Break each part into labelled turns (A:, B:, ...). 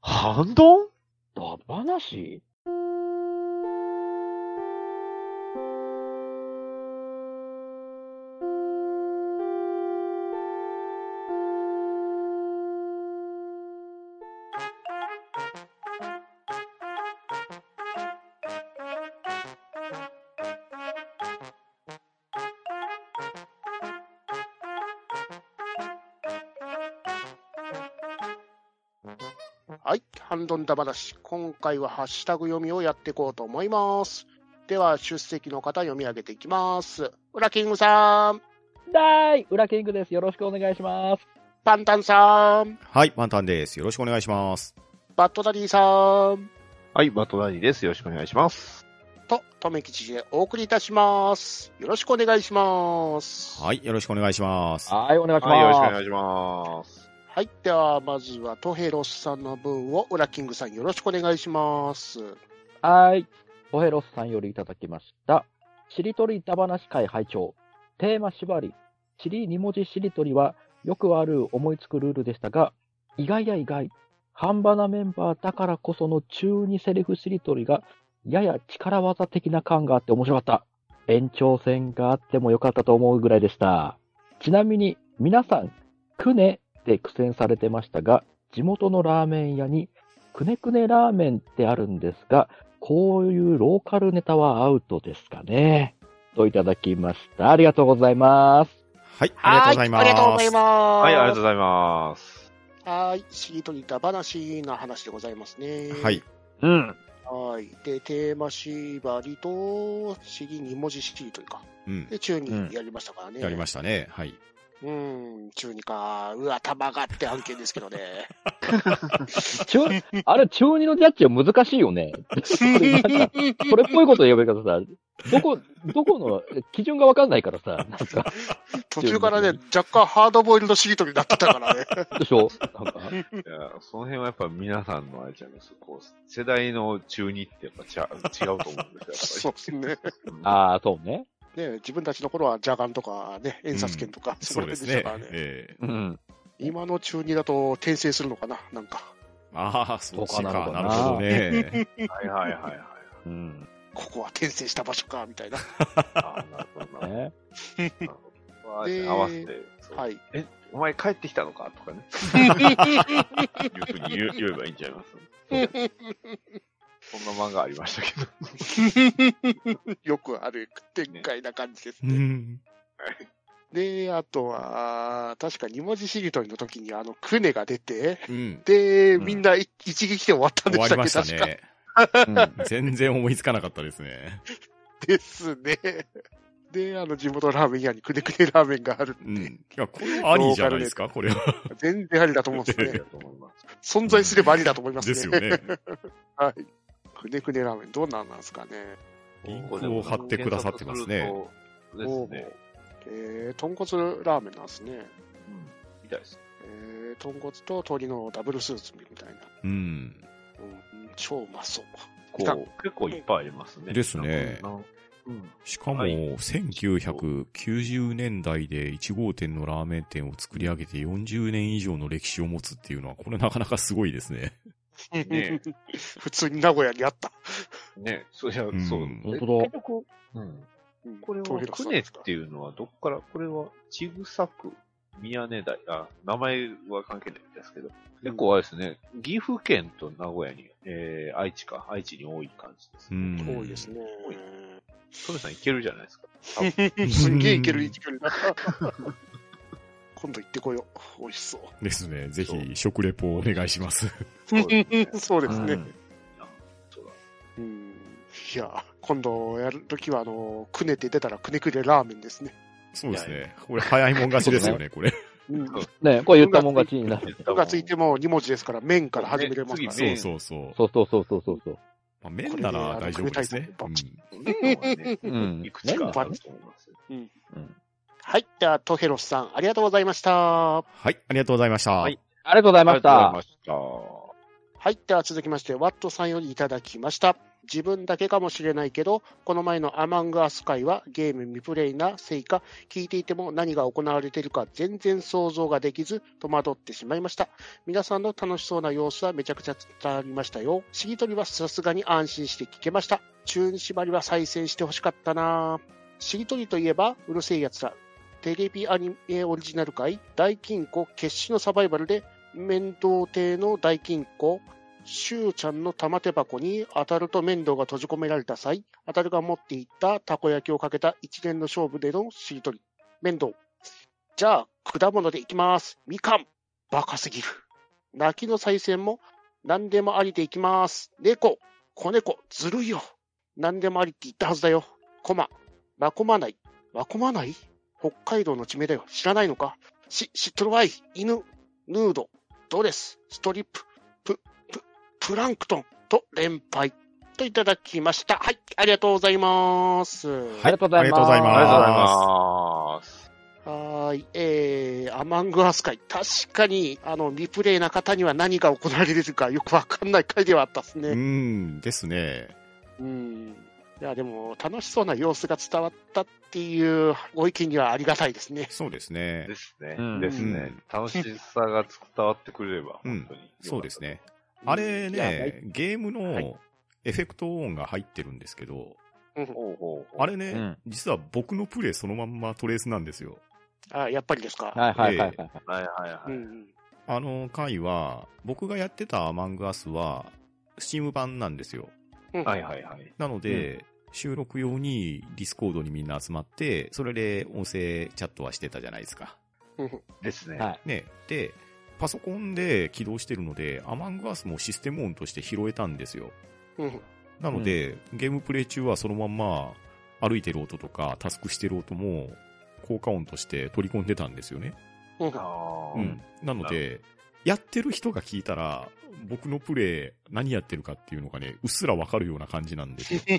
A: バンドン
B: ババナシ
C: はい、ハンドンダ話。今回はハッシュタグ読みをやっていこうと思います。では、出席の方読み上げていきます。ウラキングさん、
B: だーい裏キングです。よろしくお願いします。
C: パンタンさん、
D: はい、ワンタンです。よろしくお願いします。
C: バットダディさん、
A: はい、バトナニーです。よろしくお願いします。
C: と、とめきちでお送りいたします。よろしくお願いします。
D: はい、よろしくお願いします。
B: はい、お願いします。
A: はい、よろしくお願いします。
C: はい、では、まずはトヘロスさんの分をウラキングさんよろしくお願いします。
B: はい。ポヘロスさんよりいただきました。しりとりだ話会会長。テーマ縛り。しり2文字しりとりは、よくある思いつくルールでしたが、意外や意外。半端なメンバーだからこその中にセリフしりとりが、やや力技的な感があって面白かった。延長戦があってもよかったと思うぐらいでした。ちなみに、皆さん、くねって苦戦されてましたが、地元のラーメン屋に、くねくねラーメンってあるんですが、こういうローカルネタはアウトですかね。といただきました。ありがとうございます。
D: はい、ありがとうございます。
C: はありがとうございます。
A: はい、ありがとうございます。
C: はい、シートにいた話の話でございますね。
D: はい。
A: うん。
C: はい。で、テーマ縛りと、シリ2文字シリというか、
D: うん。
C: で、中にやりましたからね。
D: やりましたね。はい。
C: た。うん、中2か。うわ、玉がって案件ですけどね。
B: 中、あれ、中二のジャッジは難しいよね。なんか、これっぽいこと言えばいいけどさ、どこ、どこの基準がわかんないからさ、なんか、
C: 途中からね、若干ハードボイルドシリトになってた からね。
B: でしょなんか、
A: いや、その辺はやっぱ皆さんのあれちゃいます。こう、世代の中二ってやっぱちゃ違うと思うんです
C: そ
A: よ、
C: うですね。
A: やっぱり。あ
B: ああ、そうね。
C: ね自分たちの頃はジャガンとかね、演察剣とか、
D: そうです
C: の辺
D: ね
C: した。からね。
D: ええ
B: うん。
C: 今の中2だと転生するのかななんか。
D: ああ、そうか
B: そうかな
D: なるほどね。
A: はいはいはいはい。
B: うん。
C: ここは転生した場所か、みたいな。
A: あーなるほどなる
B: ね、
A: ほどわ
C: で
A: ーって合わせて、そう
C: はい。
A: え、お前帰ってきたのかとかね。いうふうに言う言えばいいんちゃいます。そんな漫画ありましたけど。
C: よくある展開な感じです
D: う
C: ね。
D: ん
C: で、あとは、確か二文字しりとりの時にあの、クネが出て、
D: うん。
C: で、
A: うん
C: みんな一一撃で終わったんで
D: 終
C: し
D: わ
C: た
D: り
C: っけ
D: ました
C: 確か
D: ね。
B: うん。
D: 全然思いつかなかったですね。
C: ですね。で、あの、地元ラーメン屋にくねくねラーメンがある
D: うんん。
C: で、
D: いや、これはありじゃないですか、これは。
C: 全然ありだと思うんです ね。
A: と思います。
C: 存在すればありだと思いますね。
D: です よね。
C: はい。くねくねラーメン、どんなんなんですかね。
D: リンクを貼ってくださってますね
A: そうですね。
C: えー、豚骨ラーメンなんですね。
A: うん。みたいです。
C: えー、豚骨と鶏のダブルスーツみたいな。
D: うん。
C: うん、超うまそう。
A: こう結構いっぱいありますね。
D: ですね
A: なんかうん。
D: しかも、
A: はい
D: 1990年代で1号店のラーメン店を作り上げて40年以上の歴史を持つっていうのは、これなかなかすごいですね。
A: ね
C: 普通に名古屋にあった。
A: ね、そりゃ、
D: ん
A: そう。
B: 本当だ
A: 結局、うん。これは、
C: ク
A: クネっていうのはどっから、これは、ちぐさく、宮根台、あ、名前は関係ないですけど、結構あれですね、岐阜県と名古屋に、えー、愛知か、愛知に多い感じです
D: う
A: ね。
D: ん。
C: 多いですね。
A: トメさんいけるじゃないですか。
C: すんげえいける距 離だ。今度行ってこよう。美味しそう。
D: ですね。ぜひ、食レポをお願いします。
A: そうですね
C: そうですね。
A: あそうだ
C: うんいや、今度やるときは、あの、くねって出たらくねくねラーメンですね。
D: そうですね。これ、早いもん勝ちですよね、これ。
C: うん。
A: そう
B: ねこれ言ったもん勝ちになる。
C: がついても2文字ですから、麺から始めれますから
A: ね
C: ね。
D: そ
A: 麺
D: うそうそう。
B: そうそうそうそうそうそう。
D: まあ、麺なら大丈夫ですね。
C: これで
A: 麺はね
B: うん
A: いくつかあると思いますよ。
C: はい。では、トヘロスさん、ありがとうございました。は
D: はい、ありがとうございました。
A: はい
B: ありがとうございました。
A: ありがとうございました。
C: はい。では続きまして、ワットさんよりいただきました。自分だけかもしれないけど、この前のアマングアス会はゲーム未プレイなせいか、聞いていても何が行われているか全然想像ができず、戸惑ってしまいました。皆さんの楽しそうな様子はめちゃくちゃ伝わりましたよ。しりとりはさすがに安心して聞けました。中日りは再戦してほしかったなぁしりとりといえば、うるせえやつら、テレビアニメオリジナル回、大金庫決死のサバイバルで、面倒亭の大金庫、シュウちゃんの玉手箱に当たると面倒が閉じ込められた際、当たるが持っていったたこ焼きをかけた一連の勝負でのしりとり、面倒。じゃあ、果物でいきます。みかん。バカすぎる。泣きの再戦も、何でもありでいきます。猫。子猫。ずるいよ。何でもありって言ったはずだよ。コマ。まこまない。まこまない北海道の地名だよ。知らないのかし、知っとるわい。犬。ヌード。ドレス。ストリップ。プ、プ、プランクトン。と、連敗。といただきました。はい。ありがとうございます。
B: ありがとうございます
D: ありがとうございます。
A: ありがとうございます。
C: はーい、えー、アマングアス会、確かに、あの、未プレイな方には何が行われるかよくわかんない回ではあったです
D: う
C: ね。
D: ん、ですね。
C: うん。いや、でも、楽しそうな様子が伝わったっていうご意見にはありがたいですね。
D: そうですね
A: で。すね。
B: うん
A: ですね。楽しさが伝わってくれれば、
D: うん
A: 本当に、
D: そうです。ね。あれ
C: いやはい
D: ね、ゲーム
C: はい
D: のエフェクト音が入ってるんですけど、
A: ほうほうほう
D: あれね、
B: うん
D: 実は僕のプレイそのまんまトレースなんですよ。
C: あ、やっぱりですか。
B: はいはいはいは
A: は
B: い。
A: いはいは
C: う
A: い。
C: ん。
D: あの回は、僕がやってたアマングアスは、スチーム版なんですよ。
C: うん
A: はいはいはい。
D: なので、収録用にディスコードにみんな集まって、それで音声チャットはしてたじゃないですか。
C: うん
A: ですね。
B: はい
D: ね。で、パソコンで起動してるので、アマングアスもシステム音として拾えたんですよ。
C: うん。
D: なので、ゲームプレイ中はそのまんま歩いてる音とかタスクしてる音も効果音として取り込んでたんですよね。
C: うん
A: あー
D: うん。なので、やってる人が聞いたら、僕のプレイ何やってるかっていうのがね、うっすらわかるような感じなん ですよ。
A: はいは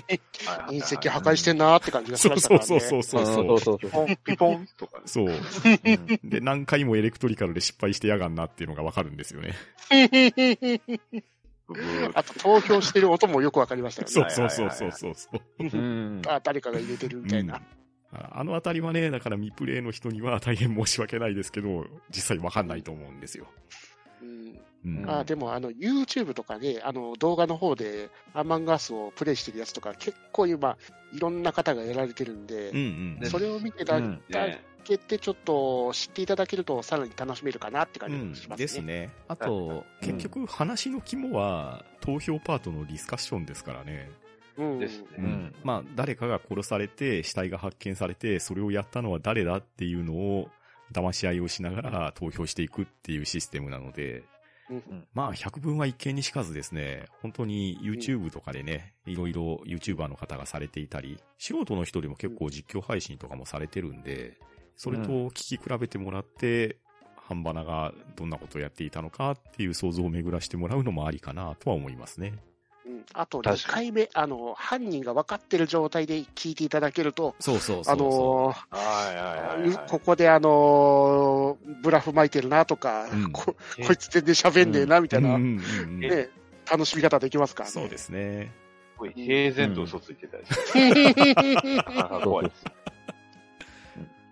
A: いはい
C: 隕石破壊してんなーって感じがし
D: そ
C: ま
D: う
C: した
D: そ
C: か
D: う
C: らね。
D: そうそう
B: う
D: そ
B: ん
D: う。
B: そうそうそう。
A: ポンピポンとかね。
D: そ
A: う
D: う。
A: ん
D: で、何回もエレクトリカルで失敗してやがんなっていうのがわかるんですよね。
A: ブー
C: あと、投票してる音もよくわかりましたよね。
D: そうそうそうそうそうそ
B: う
D: う。
B: ん。
C: あ、誰かが入れてるみたいな。
D: うんああのあたりはね、だから未プレイの人には大変申し訳ないですけど、実際わかんないと思うんですよ。
C: うん
D: うん。
C: あでもあの YouTube とかで、あの動画の方でアマンガースをプレイしてるやつとか結構今いろんな方がやられてるんで、
D: うんうん。
A: ね
C: それを見ていただ
A: ね
C: けてちょっと知っていただけるとさらに楽しめるかなって感じがし
D: うん
C: ま
D: ですす
C: ね。
D: ね。あ
A: は
D: と、
B: うん
D: 結局話の肝は投票パートのディスカッションですからね。
C: うん
A: ですね。
B: うん
D: まあ、誰かが殺されて、死体が発見されて、それをやったのは誰だっていうのを、騙し合いをしながら投票していくっていうシステムなので、
C: うん
D: まあ、百分は一見にしかずですね、本当に YouTube とかでね、いろいろ YouTuber の方がされていたり、素人の人でも結構実況配信とかもされてるんで、それと聞き比べてもらって、半ばながどんなことをやっていたのかっていう想像を巡らしてもらうのもありかなとは思いますね。
C: うんあと
A: 確
C: 2
A: か
C: 回目、あの犯人が分かってる状態で聞いていただけると、
D: そうそう
C: あのー
A: はいはいはいはい。
C: ここであのーブラフ巻いてるなとか、
D: うん
C: ここいつ全然喋んねえなみたいな、
D: うんうんうん
C: ね、楽しみ方できますからね。
D: そうですね。
A: すごい平然と嘘ついてたりして。な んか怖いです。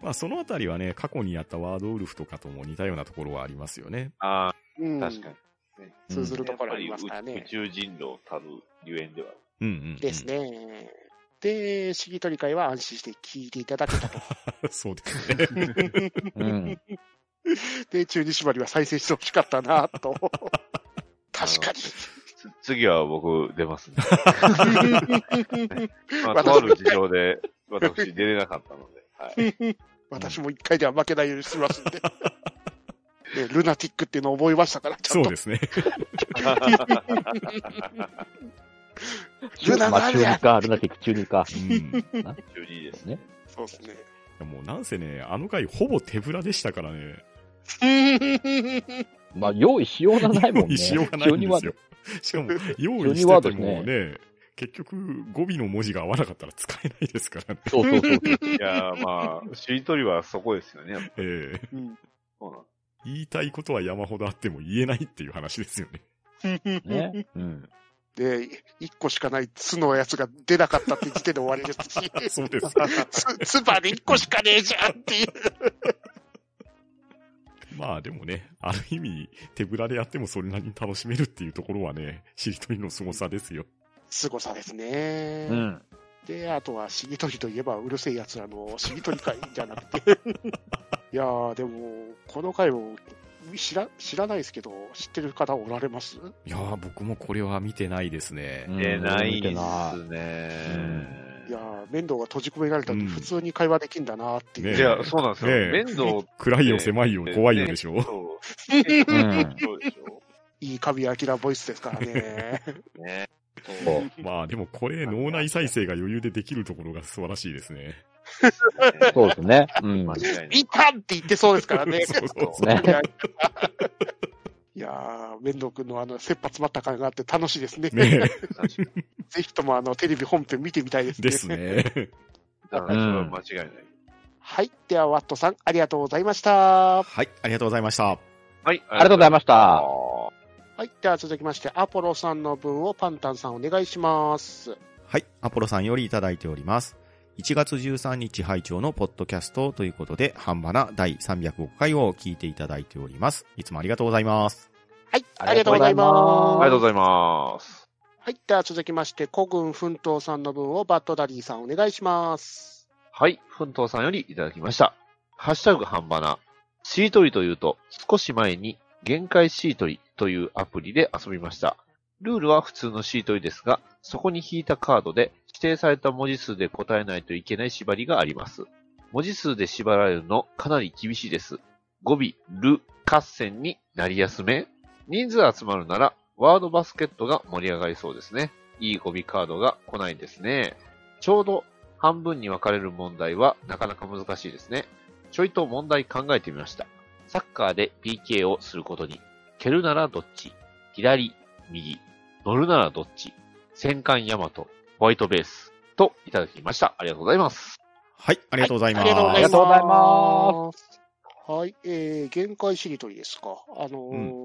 D: まあ、そのあたりはね、過去にやったワードウルフとかとも似たようなところはありますよね。
A: あ
C: うん
A: あ、確かに。
C: 通ず
D: うん
C: るところあ
A: やっ
C: りますか
A: ぱ
C: ら
A: り宇
C: ね
A: 宇。宙人狼たるゆえんでは。
D: うんうん。
C: です。ね。で、市議取り会は安心して聞いていただけた と。
D: そうですね。
B: うん。
C: で、中日縛りは再生してほしかった なと。確かに。
A: つ次は僕出ますんで。 まあ、
C: 私
A: とある事情 で私出れなかったので。はい。
C: 私も一回では負けないようにしま すんで。でルナティックっていうのを覚えましたから、ちゃ
D: そ
C: ん
D: う
C: と。
D: ですね。
C: ルナ
B: ま
C: な
B: あ、
C: ん
B: 中二
C: や
B: か、ルナティック中二か。
D: うん
A: 中二です
B: ね
A: ね。
C: そうで すね。
D: もうなんせね、あの回ほぼ手ぶらでしたからね。
B: まあ、用意しようがないもんね。
D: しようがないん
B: 中二
D: で
B: は
D: す
B: ね
D: よ。しかも、用意
B: 中二ワー
D: して
B: ド
D: て
B: です
D: も
B: ね
D: ね、結局語尾の文字が合わなかったら使えないですからね。
B: そうそうそう。
A: いやーまあ、しりとりはそこですよね。
D: ええ
A: そうなん
D: 言いたいことは山ほどあっても言えないっていう話ですよね。
B: ね。
A: うん。
C: で、一個しかない巣のやつが出なかったって時点で終わりで すし、
D: そうです。
C: つ、つばで一個しかねえじゃんっていう。
D: まあでもね、ある意味、手ぶらでやってもそれなりに楽しめるっていうところはね、しりとりの凄さですよ。
C: 凄さですね。
A: うん。
C: で、あとは、しりとりといえばうるせえ奴らのしりとり会じゃなくて。いやー、でも、この回も知ら、知らないですけど、知ってる方おられます
D: いやー、僕もこれは見てないですね。
B: うん
A: 出ない
B: 見て
A: で
B: な
A: すね
C: い。やー、面倒が閉じ込められたんで、
D: うん
C: 普通に会話できんだなっていう。
D: ね
A: いや、そうなんです
D: ねえ
A: よ。面倒
D: 暗いよ、狭いよ、怖いよでしょ。
A: そううん
B: ん。
A: そうでしょ。
C: いい神谷明ボイスですからね。
A: ね。
B: そう
A: そう
D: まあでもこれ、脳内再生が余裕でできるところが素晴らしいですね。
A: ですね
B: そうですね。うん。
A: 間違いない。
C: いたって言ってそうですからね。
D: そうそうそう。
B: ね
C: いやいやー、面倒くんのあの、切羽詰まった感があって楽しいですね。
D: ね
A: 確かに
C: ぜひともあの、テレビ本編見てみたいですね。
D: ですね。
A: だから、それは間違いない。
C: はい。では、ワットさん、ありがとうございました。
D: はい、ありがとうございました。
A: はい。
B: ありがとうございました。
C: はい。では続きまして、アポロさんの分をパンタンさんお願いします。
D: はい、アポロさんよりいただいております。1月13日拝聴のポッドキャストということで、ハンバナ第305回を聞いていただいております。いつもありがとうございます。
C: はい。あ
B: あ
C: り
B: りが
C: がと
B: と
C: う
B: うご
C: ござ
B: ざ
C: い
B: い
C: ま。
B: ます
A: ありがとうございます。
C: はい。では続きまして、古軍奮闘さんの分をバッドダディさんお願いします。。
A: はい。奮闘さんよりいただきました。ハッシュタグ半ばな。しりとりというと、少し前に限界しりとりというアプリで遊びました。ルールは普通のしりとりですが、そこに引いたカードで指定された文字数で答えないといけない縛りがあります。文字数で縛られるのかなり厳しいです。語尾、ル、合戦になりやすめ。人数集まるなら、ワードバスケットが盛り上がりそうですね。いい語尾カードが来ないですね。ちょうど半分に分かれる問題はなかなか難しいですね。ちょいと問題考えてみました。サッカーで PK をすることに、蹴るならどっち左、右、乗るならどっち戦艦ヤマト、ホワイトベースといただきました。ありがとうございます。
D: はい、ありがとうございます。
B: ありがとうございます
C: はい。えー、限界しりとりですか。あの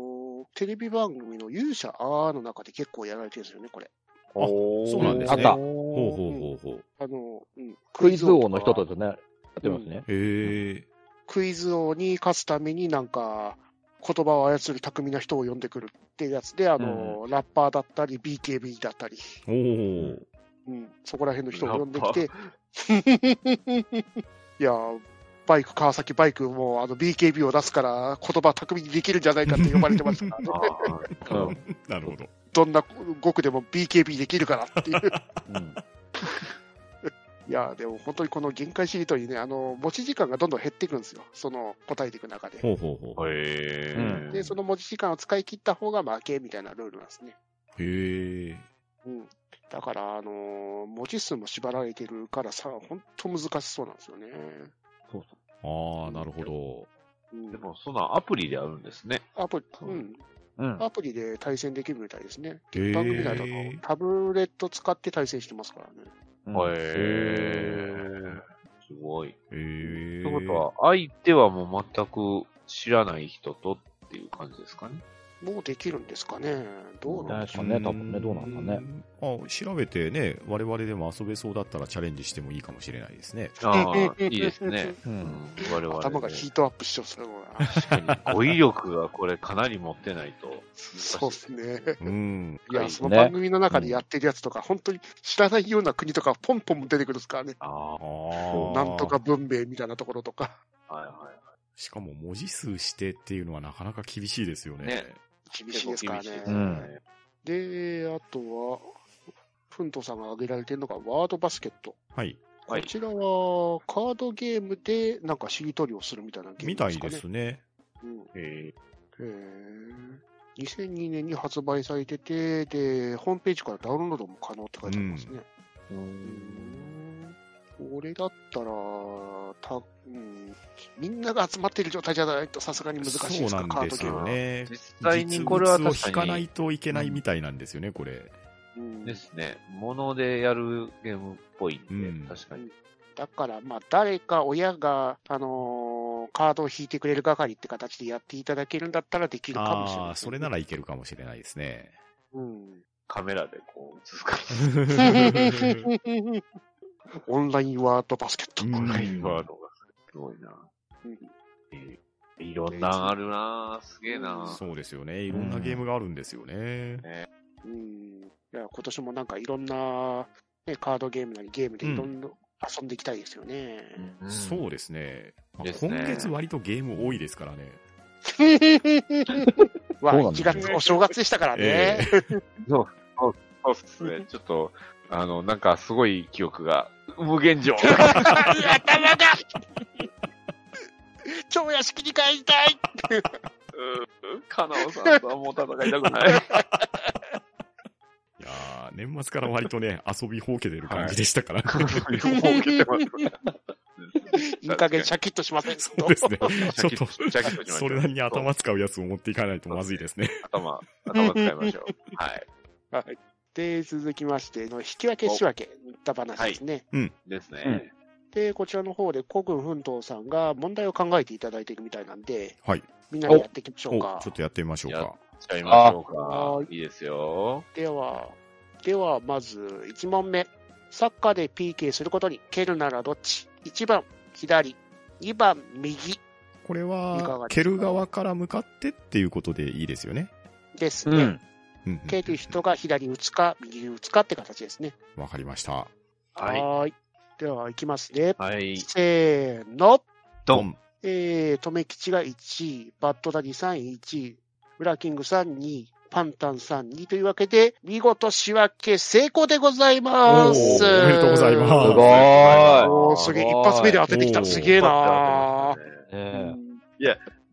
C: ーテレビ番組の勇者あーの中で結構やられてるんですよね、これ。
D: そうなんですね。
B: あった
D: ほうほうほうほう。
C: あのーうん
B: クイズ王の人と
C: ク
B: で
C: イズ王とか
B: すね、やってますね。
D: へえ。
C: クイズ王に勝つためになんか、言葉を操る巧みな人を呼んでくるっていうやつで、あのーラッパーだったり、BKB だったり。
D: おー。
C: うん、そこら辺の人を
A: ラッ
C: 呼
A: パ
C: ん
A: ー
C: できて、 いやー、バイク、川崎バイクもあの BKB を出すから言葉巧みにできるんじゃないかって呼ばれてました から、ね、
A: うん
D: なるほど。
C: どんな語句でも BKB できるからっていう。
A: うん
C: いやー、でも本当にこの限界しりとりね、あの、持ち時間がどんどん減っていくんですよ。その答えていく中で。
D: ほうほうほう。
A: へ
B: う
A: ー
C: で、その持ち時間を使い切った方が負けみたいなルールなんですね。
D: へえ。
C: うん。だから、あのー文字数も縛られてるからさ、本当難しそうなんですよね。
D: ああ、なるほ
C: うん
A: で、も、そんなアプリであるんですね。
C: アプリ、うん、
A: うん。
C: アプリで対戦できるみたいですね。
D: ど。へ
C: 番組内とか
D: え。
C: タブレット使って対戦してますからね。
A: へ
D: へ
A: ーすごい。
D: へえ。
A: ということは、相手はもう全く知らない人とっていう感じですかね。
C: もうできるんですかねどうなん
B: ね
C: でし
B: 確かね、多分ね、どうなんだね。
D: あ調べてね、我々でも遊べそうだったらチャレンジしてもいいかもしれないですね。
A: ああ、いいですね。うん、我
C: ょう
A: 々、
C: 頭がヒートアップしちゃうそれも な
A: 語彙力がこれかなり持ってないと。
C: そうですね。
D: うん。
C: いや、
A: はい
C: その番組の中でやってるやつとか、本当に知らないような国とか、ポンポン出てくるんですからね。
A: あ
D: あ
A: そ
D: あ。
A: う
C: なんとか。文明みたいなところとか。
A: あ、はいは
D: しかも文字数指定っていうのはなかなか厳しいですよね。
A: ねい。
C: 厳しいですからね
A: 結。
B: う
A: 構厳
B: ん
A: しいですね
C: で、あとは、フントさんが挙げられてるのが、ワードバスケット。
D: はい。
A: はい
C: こちらは、カードゲームで、なんかしりとりをするみたいなゲーム
D: みたいですね。
C: うん
A: え
C: へえ。2002年に発売されてて、で、ホームページからダウンロードも可能って書いてありますね。
A: ー
C: うんこれだったら、た、うん、みんなが集まってる状態じゃないとさすがに難しいです
D: そ
C: か、
D: う
C: カ
D: な
C: ー
D: んで
C: ド
D: す
C: ゲーム
D: よ
C: は。
D: ね。
A: 実際にこれは
D: 実物を
A: 確
D: 引か
A: か
D: ない
A: に
D: といけないみたいなんですよね、これ。
C: うん
A: ですね。物でやるゲームっぽいんで、
D: うん
A: 確かに。
C: だから、まあ、誰か親が、あのの、カードを引いてくれる係って形でやっていただけるんだったらできるかもしれない、
D: ああ、それならいけるかもしれないですね。
C: うん。
A: カメラでこう映す感じ。
C: オンラインワードバスケット。
D: うん
A: オンラインワードがすごいな。えーいろんなんあるなすげえな
D: そうですよね。いろんなゲームがあるんですよね。
C: うん。いや、今年もなんかいろんな、ね、カードゲームなりゲームでいろんな、遊んでいきたいですよね。
A: うん
D: そうですね。まあ
A: ですね
D: 今月割とゲーム多いですからね。
C: わ、
B: そうなん
C: 1
B: だ
C: 月、お正月でしたからね。
A: そうっすね。 ちょっと、あの、なんかすごい記憶が、無限 上。
C: 頭が超屋敷に帰りたい
A: カナオさんとはもう戦いたくない。
D: いやー年末から割とね、遊びほうけてる感じでしたから。
C: いい加減シャキッとしませんと
D: そうですね。ちょっと、
A: シャキッとしましょう
D: それなりに頭使うやつを持っていかないとまずいですね。
A: 頭、頭使いましょう。はい。
C: はいで、続きまして、の引き分け仕分けだ話ですね。
A: ですね。
C: で、こちらの方で、古軍奮闘さんが問題を考えていただいているみたいなんで、
D: はい。
C: みんなでやっていきましょう
D: お、ち
C: か
D: ょっ。とやってみましょう
A: い
D: か。
A: しちゃいましょう
C: は
A: か。いいですよ。
C: では、では、まず1問目。サッカーで PK することに蹴るならどっち ?1 番、左。2番、右。
D: これ
C: いか
D: は
C: が、ですか
D: 蹴る側から向かってっていうことでいいですよね。
C: ですね。。
D: うんうん
C: 蹴る人が左打つか、右打つかって形ですね。
D: わかりました。
A: はい。
C: ーい。では、いきますね。
A: はい。
C: せーの。
A: ドン。
C: えー、留吉が1位、バッドダディさん1位、ウラキングさん2位、パンタンさん2位というわけで、見事仕分け成功でございます。
D: おーおめでとうございます
A: す
D: す
A: ご
D: ご
A: ーい。
C: おーすげえ、一発目で当ててき
D: お
C: た。
D: ー
C: すげえなー
B: え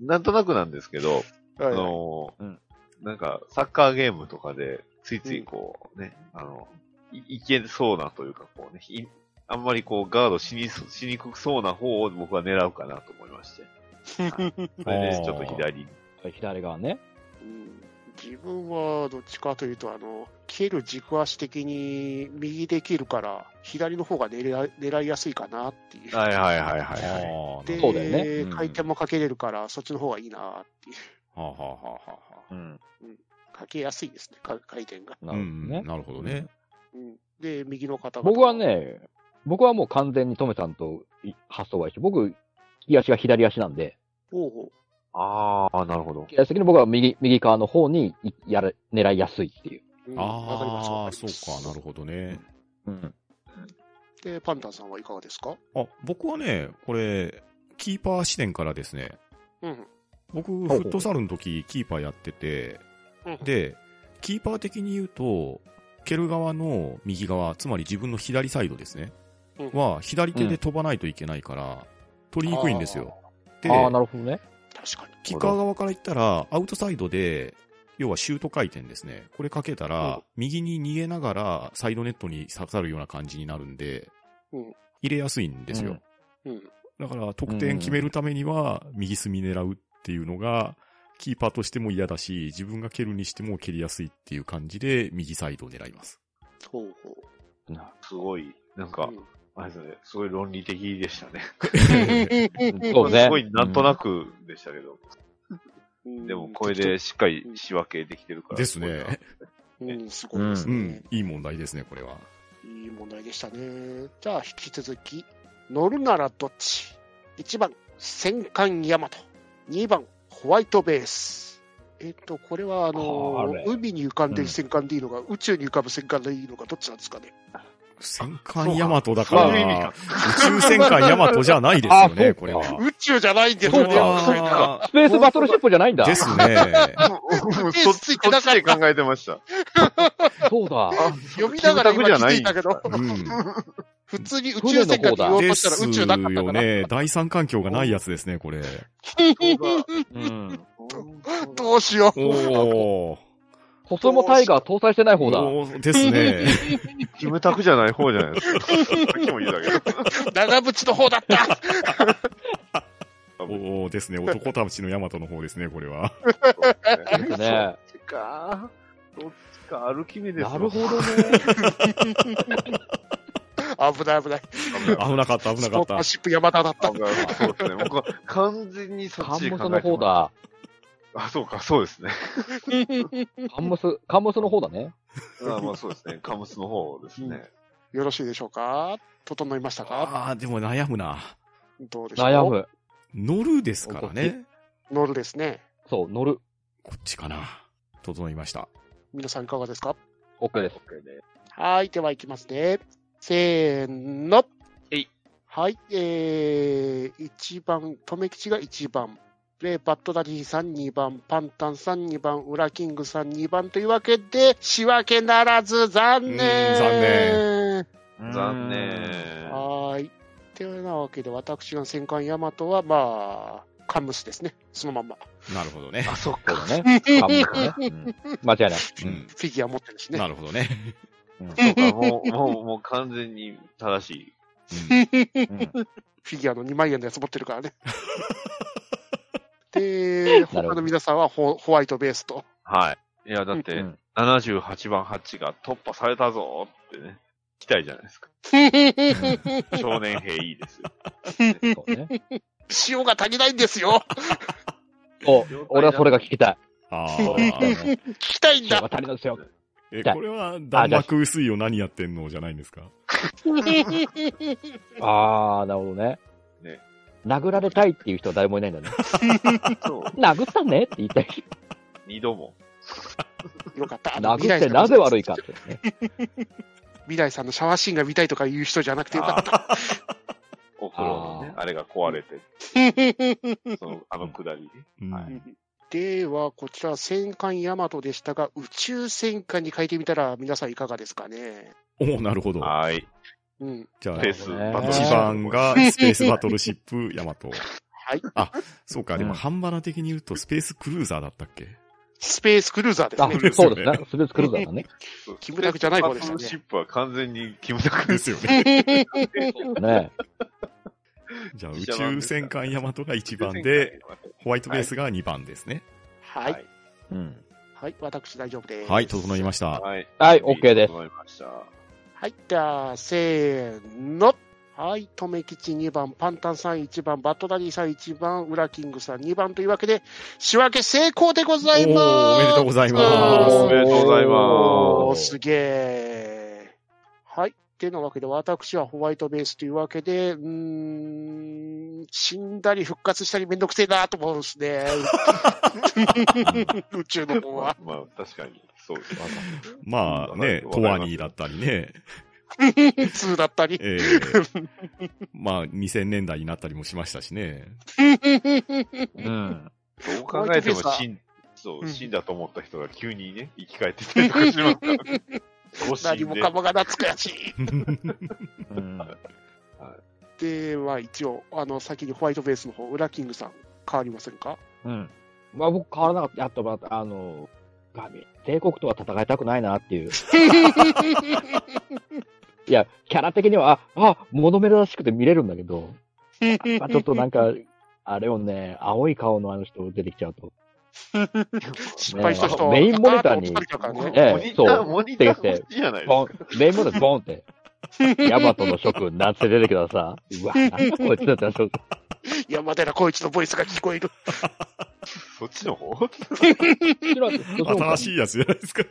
A: なんとなくなんですけど、あ
C: はい
A: のー
B: うん
A: なんか、サッカーゲームとかで、ついついこうね、あの、いいけそうなというか、こうね、いあんまりこうガードしにそしにくくそうな方を僕は狙うかなと思いまして。それ で、ちょっと左に。
B: ー左側ね。
C: うん自分はどっちかというと、あの、蹴る軸足的に右で蹴るから、左の方が狙い狙いやすいかなっていう。
A: はいはいはい
D: あ
A: は
D: ー
A: い、はい。
D: なる
C: で、
B: そ
D: ほど
B: うだよね
D: うん
C: 回転もかけれるから、そっちの方がいいなーっていう。
D: はあはあはあはあ
A: うん。
C: かけやすいですね、か回転が。
B: な
D: う
B: る
D: ん
B: ほどね。
D: なるほどね。
C: うんで、右の方々
B: 僕は、ね、僕はもう完全にトメさんとい発想が一緒。僕、利き足が左足なんで、
C: おう
A: ああ、なるほど。
B: 利き足的に僕は右、右側の方にいやれ狙いやすいっていう。
C: おううんわかります
D: あ
C: わか
D: あ、
C: り
D: そ
C: ま
D: う
C: す
D: か、なるほどね。
B: うん。
C: で、パンタンさんはいかがですか
D: あ、僕はね、これ、キーパー視点からですね。
C: うん。
D: 僕、フ
B: ほう
D: ットサルの時、キーパーやってて
C: うん、
D: で、キーパー的に言うと、蹴る側の右側、つまり自分の左サイドですね
C: うん。
D: は、左手で飛ばないといけないから、取りにくいんですよ。で、
B: ああ、なるほどね。
C: 確かに。
D: キッカー側から言ったら、アウトサイドで、要はシュート回転ですね。これかけた
C: うん
D: ら、右に逃げながら、サイドネットに刺さるような感じになるんで
C: うん、
D: 入れやすいんですよ。
C: うん。
D: だから、得点決めるためには、右隅狙うっていうのが、キーパーとしても嫌だし、自分が蹴るにしても蹴りやすいっていう感じで、右サイドを狙います。
C: ほうほう。
A: すごい、なんか
C: うん、
A: あれですね、すごい論理的でしたね。
B: うんそうね。
A: すごいなんとなくでしたけど、
C: うん
A: でもこれで、しっかり仕分けできてるから。
D: です
A: ごいな
D: ね。。
C: うん、すごいです
D: う
C: ね
D: ん。。いい問題ですね、これは。
C: いい問題でしたね。じゃあ、引き続き、乗るならどっち ?1 番、戦艦ヤマト。2番、ホワイトベース。えっと、これは、あの
A: あれ
C: 海に浮かんでる戦艦でいいのか、宇宙に浮かぶ戦艦でいいのか、どっちなんですかね。
D: 戦艦ヤマトだから、
A: そういう意味か
D: 宇宙戦艦ヤマトじゃないですよね、これは。
C: 宇宙じゃないんです
B: そ
C: よ
B: う
C: ね。
D: か。
B: スペースバトルシップじゃないんだ。
D: ですね。
A: そっち、こっちで考えてました。
B: そうだ。
C: 読みながら今
A: 住宅じゃ
C: 気
A: な
C: づ
A: い
C: い
A: んで
C: た
A: す
C: けど、
D: うん。
C: 普通に宇宙戦艦って言おう
D: で
C: としたら宇
D: す
C: 宙なかったから、
D: よね。 第三環境がないやつですね、これ。
B: うん。
C: どうしよう。
D: おー。
B: 細もタイガー搭載してない方だ。
D: おーですね。
A: キムタクじゃない方じゃないです か。さっきも言った けど。
C: 長渕の方だった
D: おーですね。男たちのヤマトの方ですね、これは。
B: ですね。
A: そっちか。どっちか、アルキメデス。
B: なるほどね。
C: 危ない危ない。
A: 危
D: 危なかった、危な
C: ス
D: か
C: ポ
D: っ
C: ー
D: た
C: パ。シップ山田だった
A: あ。そうですね。僕は完全にそっ
B: カ
A: ち
B: ン
A: で
B: ム
A: 考
B: ス
A: え
B: の
A: てま
B: 方
A: した。
B: だ。
A: あ、そうか、そうですね。
B: カンムス、カンムスの方だね。
A: あまあそうですね。カムスの方ですね。
C: よろしいでしょうか整いましたか
D: ああ、でも悩むな。
C: どうでしょう
B: 悩。む。
D: 乗るですからね。
C: 乗るですね。
B: そう、乗る。
D: こっちかな。整いました。
C: 皆さんいかがですか
B: OK です。
C: はい、では行きますね。せーの。
A: えい
C: はい、えー、1番、とめきちが1番。で、バットダディさん2番、パンタンさん2番、ウラキングさん2番というわけで、仕分けならず、残念
D: うん残念
A: 残。念。
C: はい。てなわけで、私の戦艦ヤマトは、まあ、カムスですね。そのまんま。
D: なるほどね。
A: あ、そっ
B: そう
A: か。
B: だね。カンムスね。
C: フ
A: うん
B: 間違いない。
D: うん。
C: ィギュア持ってるしね
D: な。るほどね。
A: そうか、もう、もう、もう完全に正しい。
C: フィギュアの2万円のやつ持ってるから ね。で、
B: な
C: 他
B: るほど
C: の皆さんはホホワイトベース と。
A: はい。いや、だっ
B: う
A: て、
B: ん
A: 78番ハッチが突破されたぞーってね、期待じゃないですか。少年兵いいですよ。
B: そうね。
C: 塩が足りないんですよ。
B: お、俺はそれが聞きたい。
D: ああ。
B: 聞
C: 聞きたいん
B: きたい
C: だ。
B: わかりますよ。
D: え、これは弾幕薄いよ何やってんのじゃないんですか
B: あー、なるほどね。
A: ね
B: 殴られたいっていう人は誰もいないんだね。
A: そう、
B: 殴ったねって言いたい。
A: 二度も。
C: よかった。
B: 殴ってなぜ悪いかっ。てね。
C: 未来さんのシャワーシーンが見たいとか言う人じゃなくてよかった。
A: あ お風呂のね、あれが壊れて、 その、あのくだりね。
D: うん
A: は
C: では、こちら、戦艦ヤマトでしたが、宇宙戦艦に変えてみたら、皆さんいかがですかね。
D: おおなるほど。
A: はい。
C: うん。
D: じゃあ
A: ペ、ース、
B: なるほどね
D: 一番がスペースバトルシップ ヤマト。
C: はい。
D: そうか、でも
B: うん
D: 半ばな的に言うとスペースクルーザーだったっ け
C: スペースクルーザーです
B: あ
C: ね。、
B: そうですね。スルースクルーザーだね。
C: キムタクじゃない方でしたね
A: バトルシップは完全にキムタク
D: ですよね。
B: ね
D: じゃあ、宇宙戦艦ヤマトが1番で、、ホワイトベースが2番ですね。
C: はい。は
A: はいい。
B: うん。
C: 私大丈夫です。
D: はい、整いました。
A: はい。
B: はい、OK です。
A: わかりました。
C: はい、じゃあ、せーの。はい、とめきち2番、パンタンさん1番、バットダディさん1番、ウラキングさん2番というわけで、仕分け成功でございます。
D: おーおめでとうございます
A: おめでとうござい
C: お
A: ま
C: ーすげえ。はい。ってなわけで、私はホワイトベースというわけで、うーん、死んだり復活したりめんどくせえなと思うんです ね。宇宙の方
A: ま
C: は
A: あ。、まあ確かに、そうです。
D: まあね、トワニーだったりね、
C: 通だったり。
D: ええ まあ2000年代になったりもしましたし ね。
B: うん。
A: どう考えても死ん、そ
C: う
A: う、
C: ん
A: 死んだと思った人が急にね、生き返ってたりとかします からね。ご死ん
C: 何
A: で
C: もかもが懐かしい。
B: うん。
C: では一応、あの先にホワイトベースの方、ウラキングさん、変わりませんか
B: うん。まあ僕変わらなかった。やっとまた、あの、神、帝国とは戦いたくないなっていう。いや、キャラ的には、あ、あ、モノメらしくて見れるんだけど、まあ、ちょっとなんか、あれをね、青い顔のあの人出てきちゃうと。
C: 失敗した人、
B: メインモニターに
C: ガッと落とされたからね
B: ええ
A: モニター、
B: そう
A: モニター欲しいじゃないです
B: ボ
A: か。
B: ン、レインボーでボンって。ヤマトの諸君、なんて出てきたらさ、うわ、なんだこいつだってなっちゃう
C: 山寺宏一のボイスが聞こえ る。
A: そっちの方
D: 新しいやつじゃないですか。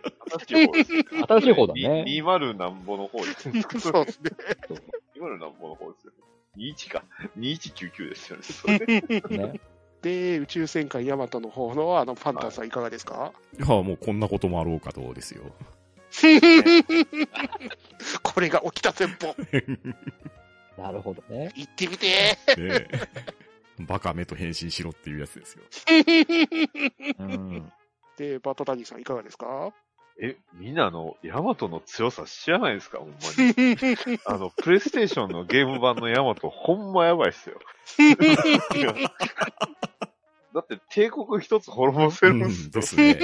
A: 新しい方ですね。
B: 新しい方だね
A: に20なんぼの方ですね。
C: そうですね。
A: 20なんぼの方ですよね。21か。2199ですよね。それで
B: ね。
C: で、宇宙戦艦ヤマトの方のあのファンタンさん、いかがです か、
D: いや、もうこんなこともあろうかとです よ。
C: これが起きた戦法、
B: なるほどね。
C: 行ってみて
D: ねえバカ目と変身しろっていうやつですよ。
B: うん。
C: で、バトダニーさん、いかがです か
A: え、みんなあの、ヤマトの強さ知らないですかほんまに。あの、プレイステーションのゲーム版のヤマト、ほんまやばいっすよ。だって、帝国一つ滅ぼせるん
D: う
A: で
D: ん
A: す
D: で
A: よ。
D: すね。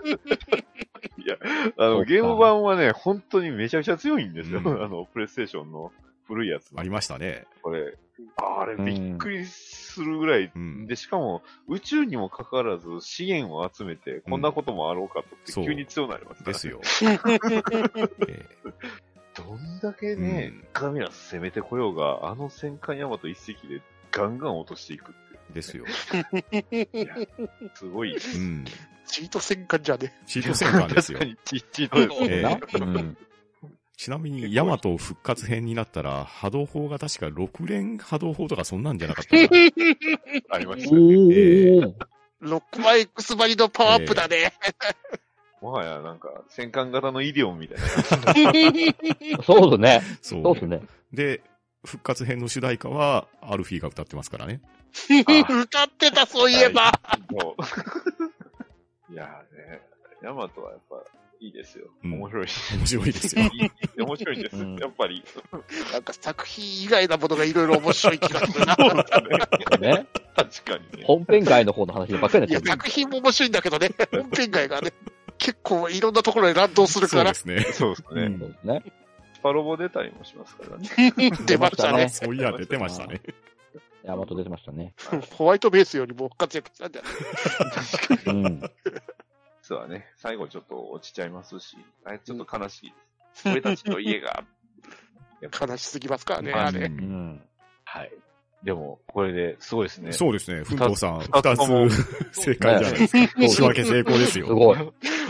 A: あ
B: そ
A: の、
B: うか
A: ゲーム版はね、本当にめちゃくちゃ強いんですよ。
D: うん
A: あの、プレイステーションの古いやつの
D: ありましたね。
A: これ。あれ、びっくりするぐらい。
D: うん。
A: で、しかも、宇宙にもかかわらず資源を集めて、こんなこともあろうかとって、
D: うん
A: 急に強くなりますから
D: ですよ。ええ
A: どどんだけね、
D: うん
A: ガミラス攻めてこようが、あの戦艦ヤマト一隻でガンガン落としていくっ
D: ですよ。
A: ていう。いやすごい。
D: うん。
C: チート戦艦じゃね
D: チート戦艦ですよ
A: 確か。にちっちゃいのです
D: え
A: ね。
B: な
D: えうんちなみに、ヤマト復活編になったら、波動砲が確か6連波動砲とかそんなんじゃなかったかな
A: ありまし
B: お
A: たね。
B: ー。
C: ロックマ X バリのパワーアップだね。
A: もはやなんか、戦艦型のイデオンみたいな。
B: そうですね。
D: そ
B: そうですね。
D: で、復活編の主題歌は、アルフィーが歌ってますからね。
A: ー
C: 歌ってた、そういえば。
A: もういやーね、ヤマトはやっぱ、いいですよ。
D: うん
A: 面白いし。
D: 面白いですよ。
A: いい面白いです。
B: うん
A: やっぱり。
C: なんか作品以外なものがいろいろ面白い気がする
B: ね。
C: な。
A: 確かにね。
B: 本編外の方の話ばっかり
C: い
B: にな
C: や
B: っ、ちゃう。
C: 作品も面白いんだけどね、本編外がね、結構いろんなところに乱闘する
D: そ
C: か
D: う
C: ら
D: で、すね。
A: そうです
B: う
A: ね。
B: んそうですね。
A: スパロボ出たりもしますからね。
C: 出ましたね。
D: そういや、出てましたね。
B: ヤマト出てましたね。
C: ホワイトベースよりも活躍したんだよ。
B: うん。
A: 実はね、最後ちょっと落ちちゃいますし、あれちょっと悲しいです。俺たちの家が、やっぱ
C: 悲しすぎますからね、
A: ま
C: あ
A: あ
D: う
C: れ。
B: うんん。
A: はい。 でも、これですごいですね。
D: そうですね。奮闘さん、
A: 二つ
D: 二
A: とも
D: つ正解じゃないですか。仕分け成功です
B: す
D: よ。
B: ごい。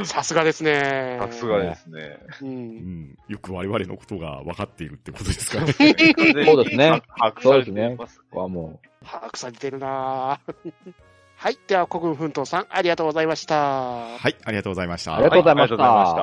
C: さすがですね。
A: さすがですね。
C: う。
D: うんん、よく我々のことが分かっているってことです からね。
A: そう
B: ですね。
A: 把握されています。
B: ここはも
C: 把握されてるなぁはい。では、国分奮闘さん、ありがとうございました。
D: はい、ありがとうございました。
B: ありがとうございま
A: はありがとうご
B: した
A: ざいました。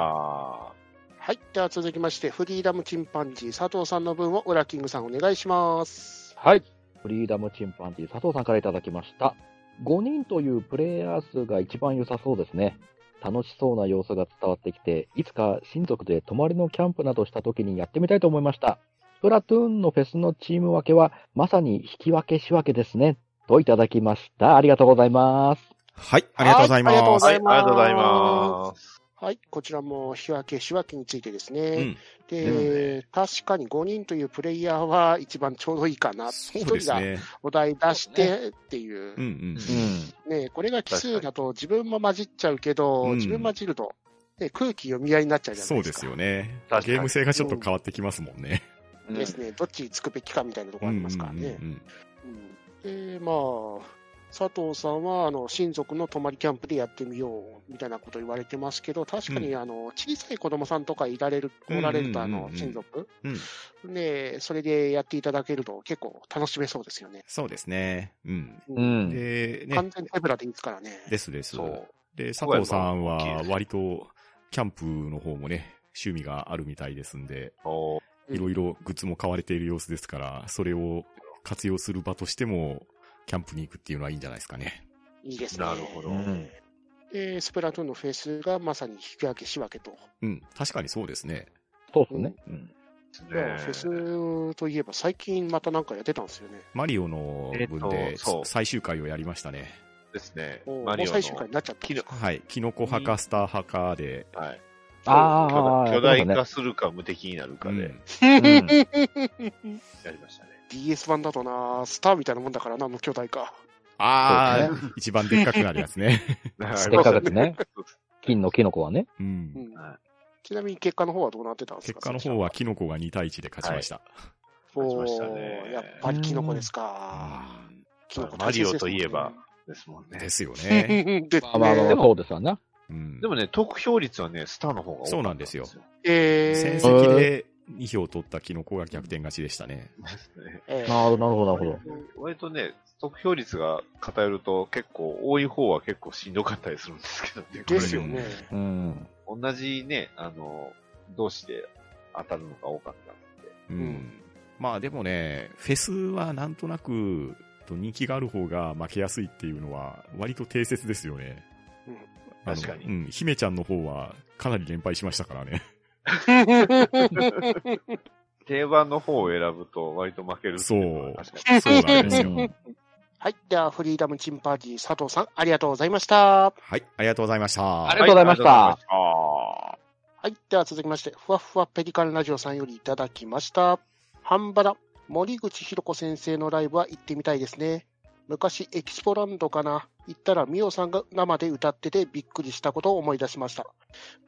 C: はい。では続きまして、フリーダムチンパンジー佐藤さんの分をウラキングさんお願いします
B: う。。はい。フリーダムチンパンジー佐藤さんからいただきました。5人というプレイヤー数が一番良さそうですね。楽しそうな様子が伝わってきて、いつか親族で泊まりのキャンプなどした時にやってみたいと思いました。スプラトゥーンのフェスのチーム分けは、まさに引き分け仕分けですね。といただきました。ありがとうございます。
D: はい、ありがとうござい
C: はいありがとうござ
D: ます。
A: はいい、ありがとうございます。
C: はい。こちらも、日分け、仕分けについてですね。
D: うん
C: で、確かに5人というプレイヤーは一番ちょうどいいかな。
D: そう
C: 1
D: で
C: 人
D: す
C: が
D: ね。
C: お題出し
A: そう
C: てっていう。
D: うんうん。
B: う
C: ね、これが奇数だと自分も混じっちゃうけど、
D: うん
C: 自分混じると、ね、空気読み合いになっちゃうじゃな
D: そ
C: いうで
D: で
C: か。
D: すすよね
A: 確。かに
D: ゲーム性がちょっと変わってきますもんね。
A: うん
C: ですね。どっちにつくべきかみたいなところありますからね。
D: うんうん
C: うんで、まあ、佐藤さんは、あの、親族の泊まりキャンプでやってみよう、みたいなこと言われてますけど、確かに、あの、小さい子供さんとかいられる、
D: うんう
C: お
D: んうんうん
C: られると、あの、親族
D: うんうん
C: で、それでやっていただけると結構楽しめそうですよね。
D: そうですね。うん。
B: ん。うん。
D: で、ね
C: 完、全に手ぶらでいいですからね。
D: ですです
A: そ。う。
D: で、佐藤さんは割と、キャンプの方もね、趣味があるみたいですんで、
A: おー
D: いろいろグッズも買われている様子ですから、それを活用する場としても、キャンプに行くっていうのはいいんじゃないですかね。
C: いいですね。
A: なるほど
B: うん
C: で、スプラトゥーンのフェスがまさに引き分け仕分けと。
D: うん、確かにそうですね。
B: そうですね。うん。
C: いやフェスといえば最近またなんかやってたんですよね。
D: マリオの分
A: え
D: で
A: っとそう
D: 最終回をやりましたね。
A: ですね
C: も。う
A: マリ
C: もう
A: オの。
C: 最終回になっちゃったんですか。
D: はい。キノコ派かスター派かで、
A: はい。
B: ああ、
A: 巨大巨大
B: ね
A: 化。するか無敵になるか
D: う
A: で
D: ん
B: う ん
A: やりましたね。
C: DS 版だとな、スターみたいなもんだからな、無巨大化。
D: あ
B: そ
D: ー、一番でっかくなるやつね。
B: でっかくてね。金のキノコはね。
D: う。
C: うんん
A: は
C: ちなみに結果の方はどうなってたんです
D: 結
C: か
D: 果の方はキノコが2対1で勝ちました。
C: そう
A: 勝ちました
C: お
A: ね
C: ーやっぱりキノコですか。
D: あ
C: キノコ
A: マリオといえ ば。ですもん
D: ー
A: ね
D: で。すよね。
C: ねで
B: まあまあ、
C: ね。
B: そうですわな。
D: うん
A: でもね、得票率はね、スターの方が多かった
D: そうなんですよ戦
C: えー
D: 績で2票取ったキノコが逆転勝ちでしたね。
A: ですね
C: えー
B: なるほど、なるほど、なるほど。
A: 割とね、得票率が偏ると結構、多い方は結構しんどかったりするんですけどね。
C: ですよね。
B: うん。
A: 同じね、あの、同士で当たるのが多かったので。
D: うん
C: ん
D: まあでもね、フェスはなんとなく、と人気がある方が負けやすいっていうのは、割と定説ですよね。
C: うん
D: あの
A: 確かに
D: うん、姫ちゃんの方は、かなり連敗しましたからね。
A: 定番の方を選ぶと割と負けるっていのが確かに
D: そうなんです
B: う
D: よ。
B: ん
C: はい。では、フリーダムチンパーティー佐藤さん、ありがとうございました。
D: はい、ありがとうございました。
B: ありがとうございました
A: はありがとうございました
C: はい。では続きまして、ふわふわペリカンラジオさんよりいただきました。ハンバラ、森口博子先生のライブは行ってみたいですね。昔、エキスポランドかな。行ったら、ミオさんが生で歌っててびっくりしたことを思い出しました。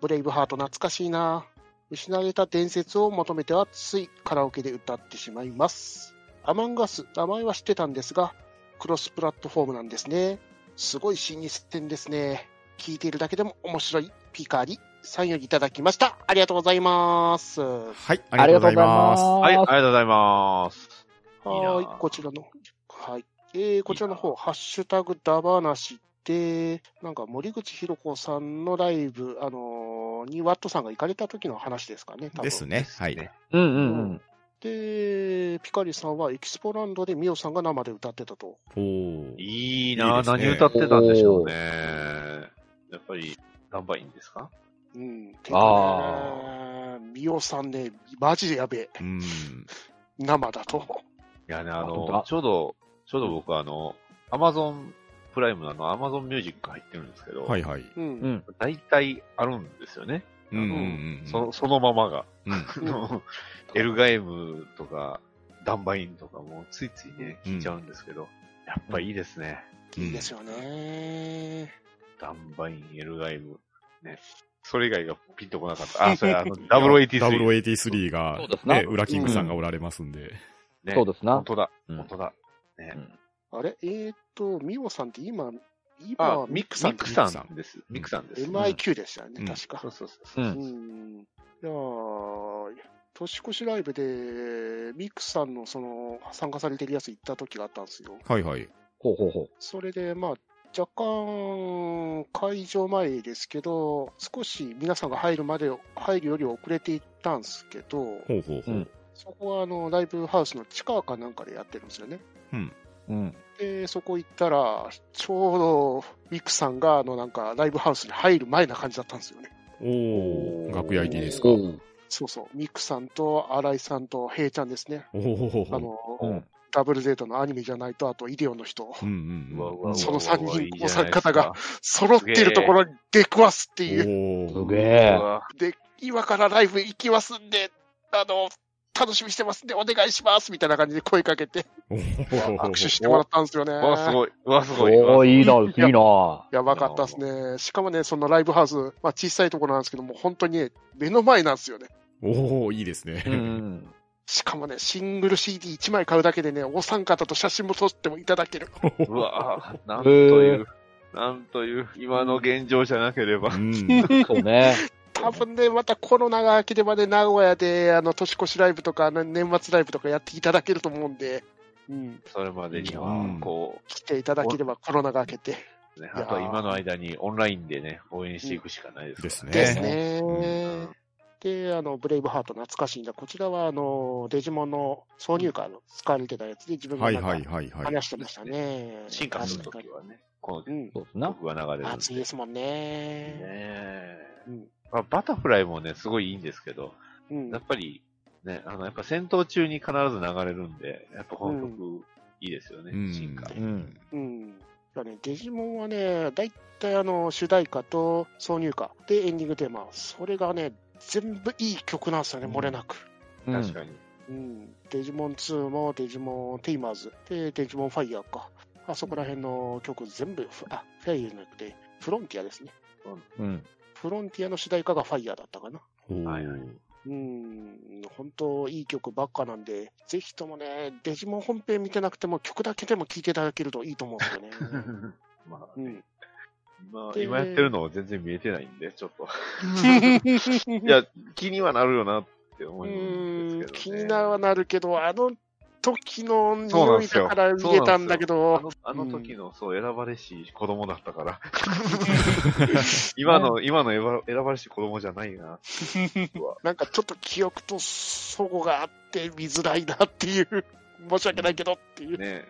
C: ブレイブハート懐かしいな。失われた伝説を求めてはついカラオケで歌ってしまいます。アマンガス、名前は知ってたんですが、クロスプラットフォームなんですね。すごい新日店ですね。聞いているだけでも面白いピカリさんよりいただきました。ありがとうございます。は
D: はい、ありがとうございます。
A: はい、あり
B: ありがとうございます。
A: がとうございます。いいな
C: ーい、こちらの。はい。えー、こちらの方、ハッシュタグダバナシで、なんか森口博子さんのライブ、あのーにワットさんが行かれた時の話ですかね、多分。
D: ですね。はい。
B: うんうんうん。
C: で、ピカリさんはエキスポランドでミオさんが生で歌ってたと。
D: おー
A: いいなぁ、
D: いい
A: 何
D: ですね
A: 歌ってたんでしょうね。やっぱり、ナンバーいいんですか
C: うん。て
A: あ
C: かね、ミオさんね、マジでやべえ。
D: うん。
C: 生だと。
A: いやね、あ
B: あ本当だ
A: の、ちょうど、ちょうど僕あの、アマゾンプライムのあの、アマゾンミュージック入ってるんですけど、
D: はいはい。
C: う。
B: うんん。
A: 大体あるんですよね。
D: うんうんうん。
A: その、そのままが。
D: うん。
A: エルガイムとか、ダンバインとかもついついね、
D: うん
A: 聞いちゃうんですけど、やっぱいいですね。
C: いいですよね。
A: ダンバイン、エルガイム。ね。それ以外がピンとこなかった。あ、それあ の、ダブルエイティ
D: ダ
A: ス
D: ブル83が
B: そうで、すな
D: ね、ウラキングさんがおられますんで。
A: ね。
B: そうですな
A: 本。当だ。
B: うん
A: 本当だ。ね。
B: うん
C: あれえーっと、ミオさんって今、今
A: あ
C: は、
A: ミック
C: さ
A: さ
C: ん
A: ん。ミクさん
C: です
A: です。ミクさんです。
C: MIQ でしたよね、
D: うん
C: 確か
A: そう。そうそう
B: う。
A: そう。
C: うんん。いやー年越しライブで、ミックさんのその、参加されてるやつ行った時があったんですよ。
D: はいはい。
B: ほうほうほう。
C: それで、まあ、若干、会場前ですけど、少し皆さんが入るまで、入るより遅れていったんですけど、
D: ほうほうほ
B: う。
D: うん
C: そこは、あの、ライブハウスの地下かなんかでやってるんですよね。
B: うん。
C: で、そこ行ったら、ちょうど、ミックさんが、あの、なんか、ライブハウスに入る前な感じだったんですよね。
D: お
A: お
D: ー、
A: ー
D: 楽屋入りですか。
B: お
D: お
B: う。
C: そうそう。ミックさんと、新井さんと、平ちゃんですね。
D: ー。
C: あの、
B: うん。
C: ダブルゼータのアニメじゃないと、あと、イデオの人、
D: うんうんうん。
A: うわうわうわうわ
C: その三
A: い
C: 人
A: いじゃないです
C: お
A: か
C: 三方が揃ってるところに出くわすっていう。
B: す
D: おー。
B: げ
A: う
B: え。
A: わ
C: で、今からライブ行きますんで、あの、楽しみにしてますんで、お願いしますみたいな感じで声かけて、
D: お
C: 握手
D: ー。
C: してもらったんですよね。
A: うわ、すごい。うわ、すごい。う
B: お
A: わ
B: ー、いいな、
C: いや
B: いいな。
C: やばかったですね。しかもね、そのライブハウス、まあ小さいところなんですけども、本当にね、目の前なんですよね。
D: おー、いいですね。
B: うん。
C: しかもね、シングル CD1 枚買うだけでね、お三方と写真も撮ってもいただける。
A: うわ、なんという、なんという、今の現状じゃなければ
D: う。ん。
B: そうね。
C: 多分ね、またコロナが明ければね、名古屋で、あの、年越しライブとか、あの年末ライブとかやっていただけると思うんで、うん、
A: それまでに
D: う
A: は
D: ん、
A: こ
C: 来ていただければコロナが明けて。
A: う、ね、
C: い
A: あ
C: やー
A: とは今の間にオンラインでね、応援していくしかないで
D: ですす
A: から
D: ね
C: ですね。
A: うん
C: で、あの、ブレイブハート懐かしいんだ。こちらは、あの、デジモンの挿入歌の使われてたやつで自分が
D: はい
C: なん
D: はい
C: か
D: はいはい。
C: 話してましたね。
A: 進化すると
C: 確
A: き
C: か
A: はね、こ
C: にうん。
B: そうです
A: の
B: な。
A: 曲が流れるん
C: 熱い
A: で。
C: ですもんね。
A: ね
C: うん
A: まあ、バタフライもね、すごいいいんですけど、
C: うん
A: やっ。ぱり、ね、あの、やっぱ戦闘中に必ず流れるんで、やっぱこの曲、いいですよね、
D: うん
A: 進化。
B: うん。
C: うん。だね、デジモンはね、だいたいあの、主題歌と挿入歌でエンディングテーマ。それがね、全部いい曲なんですよね、漏れなく。
A: 確かに。
C: うん、デジモン2もデジモンティーマーズでデジモンファイヤーかあそこら辺の曲全部フあフェイヤーじゃなくてフロンティアですね
B: に。うん。
C: フロンティアの主題歌がファイヤーだったかな
D: お
A: はいは
D: ー
A: い。
C: うん本当いい曲ばっかなんでぜひともねデジモン本編見てなくても曲だけでも聴いていただけるといいと思うんですよね
A: まあ
C: う
A: ね、
C: ん、
A: 今
C: で
A: 今やってるの全然見えてないんで、ちょっと。い
C: い
A: や、気にはなるよなって思
C: う
A: うん
C: ん
A: ですけ
C: 気
A: ど、ね。
C: にはなるけどあの時の
A: そうなん
C: 匂い
A: ですよ
C: だから見えたんだけ
A: あ
C: ど
A: のあの時の、そう、選ばれし子供だった から、
C: な
A: 今の、今の選ば選ばれし子供じゃないな。
C: なんかちょっと記憶と齟齬があって見づらいなっていう、 申し訳ないけどっていう、
A: ね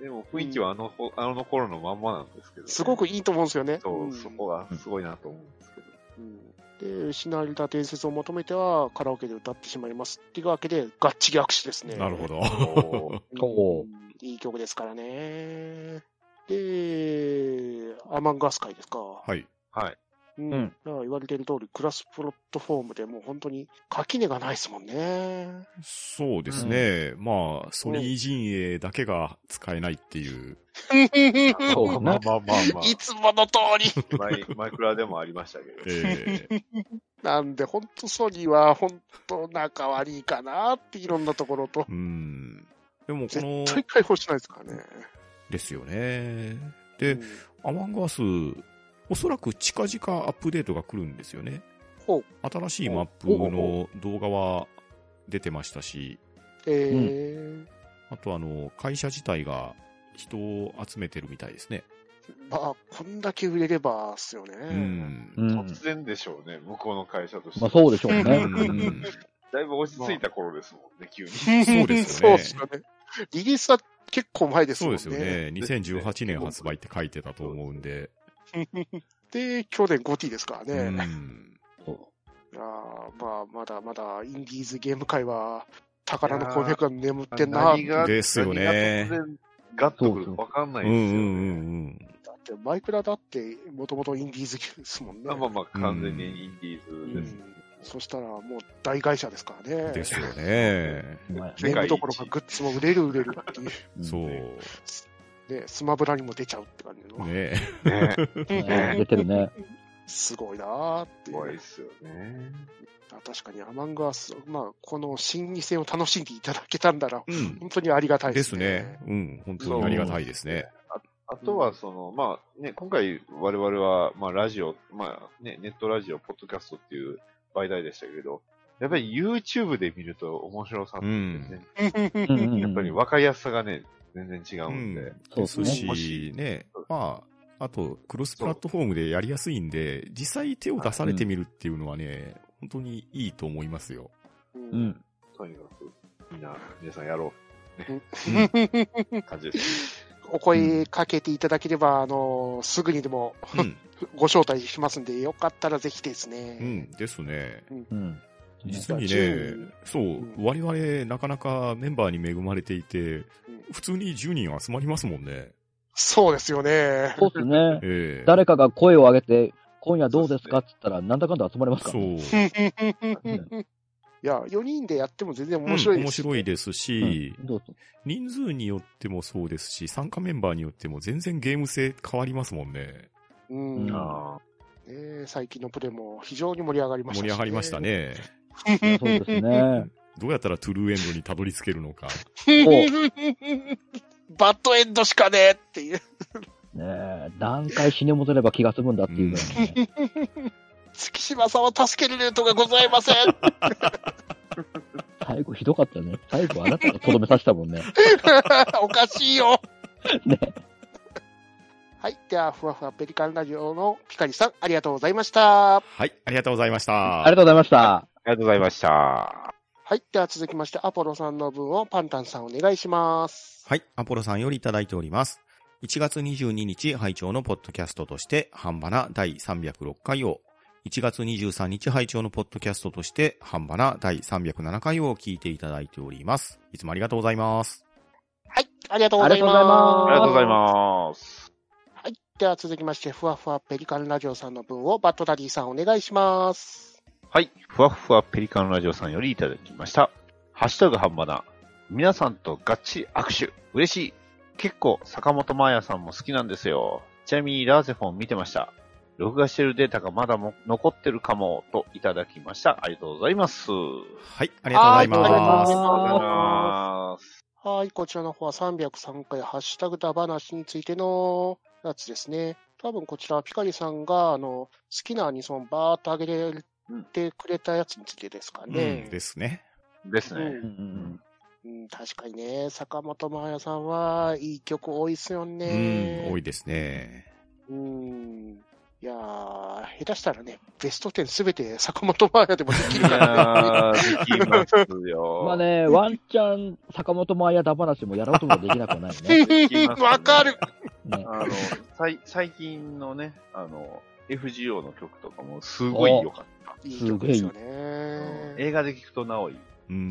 A: でも雰囲気はあのほ、あの頃のまんまなんですけど、
C: すごくいいと思うんですよね。
A: そう、
C: ん
A: そこがすごいなと思うんですけど。
C: うんで、失われた伝説を求めてはカラオケで歌ってしまいますっていうわけで、がっちり握手ですね。
D: なるほど。
A: おー
B: おー
C: うんいい曲ですからね。で、アマンガス会ですか。
D: はい。
A: はい。
C: ううん
B: うん
C: だから言われてる通り、クラスプラットフォームでもう本当に垣根がないですもんね。
D: そうですね。まあ、ソニー陣営だけが使えないっていう。
B: そう
A: まあ
B: な
A: まあまあま
C: いつもの通り。
A: あ、マイマイクラでもありましたけど。
D: ええ
C: なんで、本当ソニーは本当仲悪いかなっていろんなところと。
D: うん。でも、こ
C: 絶
D: の、
C: 対解放しないですからね。
D: ですよね。で
C: う、ん
D: アマンガース、おそらく近々アップデートが来るんですよね。
C: ほう。
D: 新しいマップの動画は出てましたし、
C: えー
D: あとあの、会社自体が人を集めてるみたいですね。
C: まあ、こんだけ売れればっすよね。
D: うん。
B: うん
A: 突然でしょうね、向こうの会社として。
B: まあそうでしょうね。
D: うん
A: だいぶ落ち着いた頃ですもんね、急に。
D: そうです
C: そ
D: よ
C: う
D: ね
C: っすよね。リリースは結構前です
D: そう
C: もんね。
D: ですよね。2018年発売って書いてたと思うんで。
C: で、去年 5T ですからね。
D: う
C: いや
D: ん。
C: ーまあ、まだまだインディーズゲーム界は宝の鉱脈が眠ってんな。だっ
A: 何が
D: ですよね
A: 何が突然ガッとくるかわかんない
D: うんう
A: で
D: ん
A: すよ、ね
D: うん
C: て、マイクラだってもともとインディーズゲームですもんね。
A: まあまあまあ、完全にインディ
C: う
A: ーズです。
C: ん、そしたらもう大会社ですから
D: う
C: ね。
D: ん。ですよね。
A: 世
C: ゲ
A: 界一
C: ームどころかグッズも売れる売れるっていう。
D: そう。
C: で、スマブラにも出ちゃうって感じの。
D: ね
A: ね、
B: ね出てるね。
C: すごいなーっていう。
A: 怖いっすよね。
C: あ確かにアマンガース、まあ、この新2戦を楽しんでいただけたんだら、
D: うん。
C: 本当にありがたいで
D: ですす
C: ね。
D: ね。うん。本当にありがたいですね。
A: あとは、その、まあね、今回我々は、まあラジオ、まあね、ネットラジオ、ポッドキャストっていう媒体でしたけど、やっぱり YouTube で見ると面白さって全然、
B: うんうんうん
A: やっぱり分かりやすさがね、全然違うんで、
B: そう
D: で
B: です
D: す
B: ね。
D: し、ね、まあ、あと、クロスプラットフォームでやりやすいんで、実際手を出されてみるっていうのはね、本当にいいと思いますよ。
C: うん
B: うん。
A: とにかく、みんな、皆さんやろうって感じです。
C: お声かけていただければ、あのすぐにでも
D: うん。
C: ご招待しますんで、よかったらぜひです
D: う
C: ね。
D: ん。ですね。
B: うん。
D: 実にね
C: 10、
D: そう、我々なかなかメンバーに恵まれていて、普通に10人集まりますもんね。
C: そうですよ ね。
B: そうですね。
D: ええ
B: 誰かが声を上げて、今夜どうですかって言ったら、なんだかんだ集まりますから
D: そ
B: ね。
D: う。
C: いや、4人でやっても全然面白
D: う
C: い
D: ん面
C: です。
D: 白いですし、
B: うんどうぞ。
D: 人数によってもそうですし、参加メンバーによっても全然ゲーム性変わりますもんね。
C: うん
B: うん
A: あ
C: ね最近のプレイも非常に盛り上がりました
D: 盛り上がりました。 ね。
B: そうですね。
D: どうやったらトゥルーエンドにたどり着けるのか。
C: バッドエンドしかねえっていう。
B: ねえ何回死に戻れば気が済むんだっていうぐらい のね。
C: 月島さんを助けるルートがございません。
B: 最後ひどかったね。最後あなたがとどめさせたも んね。
C: おかしいよ。
B: ね
C: はい。では、ふわふわペリカンラジオのピカリさん、ありがとうございました。
D: はい、ありがとうございました。
B: ありがとうございました。
A: りがとうございました。
C: はい。では、続きまして、アポロさんの分をパンタンさんお願いします。
D: はい、アポロさんよりいただいております。1月22日拝聴のポッドキャストとして、半ばな第306回を、1月23日拝聴のポッドキャストとして、半ばな第307回を聞いていただいております。いつもありがとうございます。
C: はい。ありがとうございます。
A: ありがとうございます。
C: はい。では、続きまして、ふわふわペリカンラジオさんの分をバッドダディさんお願いします。
A: はい。ふわっふわペリカンラジオさんよりいただきました。ハッシュタグハンバナ。皆さんとガッチリ握手。嬉しい。結構、坂本真綾さんも好きなんですよ。ちなみに、ラーゼフォン見てました。録画してるデータがまだも残ってるかも、といただきました。ありがとうございます。
D: はい、ありがとうご
C: は
D: ざ
C: い
D: います。
A: ます。
C: はい、こちらの方は303回ハッシュタグだ話についてのやつですね。多分こちらはピカリさんが、あの、好きなアニソンバーっと上げてくれたやつについてですか
D: うん
C: ね。
D: ですね。
A: です
C: う
A: ね。
C: んうん確かにね、坂本真綾さんはいい曲多いっすよ
D: うん、多
C: ね。
D: いですね。
C: うん。いやー、下手したらね、ベスト10すべて坂本真綾でもでき
A: い
C: るからね。
A: やー、できますよ。
B: まあね、ワンチャン、坂本真綾だ話もやろうともできなくはないよね。
A: でき ますね
C: わかる
B: ね
A: あの、さい最近のね、あの、FGO の曲とかもすごい良かった。
C: いい曲ですよね。
A: 映画で聴くとなおい。
D: うん。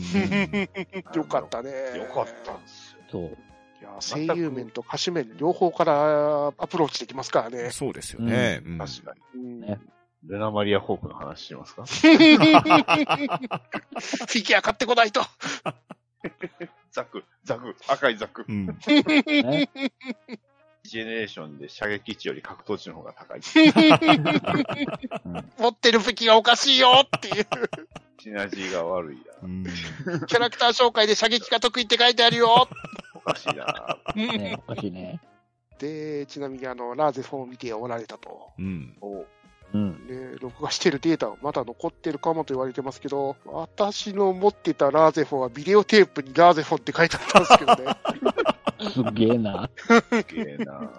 C: よかったね。
A: 良かったんですよ。
B: そう。
C: いや声優面と歌手面両方からアプローチできますからね。
D: そうですよね。うん
A: 確か
C: うん
B: ね
A: ルナマリアホープの話してますか
C: フィギュア買ってこないと。
A: ザク、ザク、赤いザク。
D: うん。
B: ね。
A: ジェネレーションで射撃値より格闘値の方が高い。
C: 持ってる武器がおかしいよっていう。
A: シナジーが悪いな。
D: うん。
C: キャラクター紹介で射撃が得意って書いてあるよ。
A: おかしいな。
B: ねおかしいね。
C: で、ちなみにあの、ラーゼ4を見ておられたと。
D: うん。
A: お
B: うん。
C: で、録画してるデータまだ残ってるかもと言われてますけど、私の持ってたラーゼ4はビデオテープにラーゼ4って書いてあったんですけど
B: す
C: ね。
B: げえな。
A: すげえな。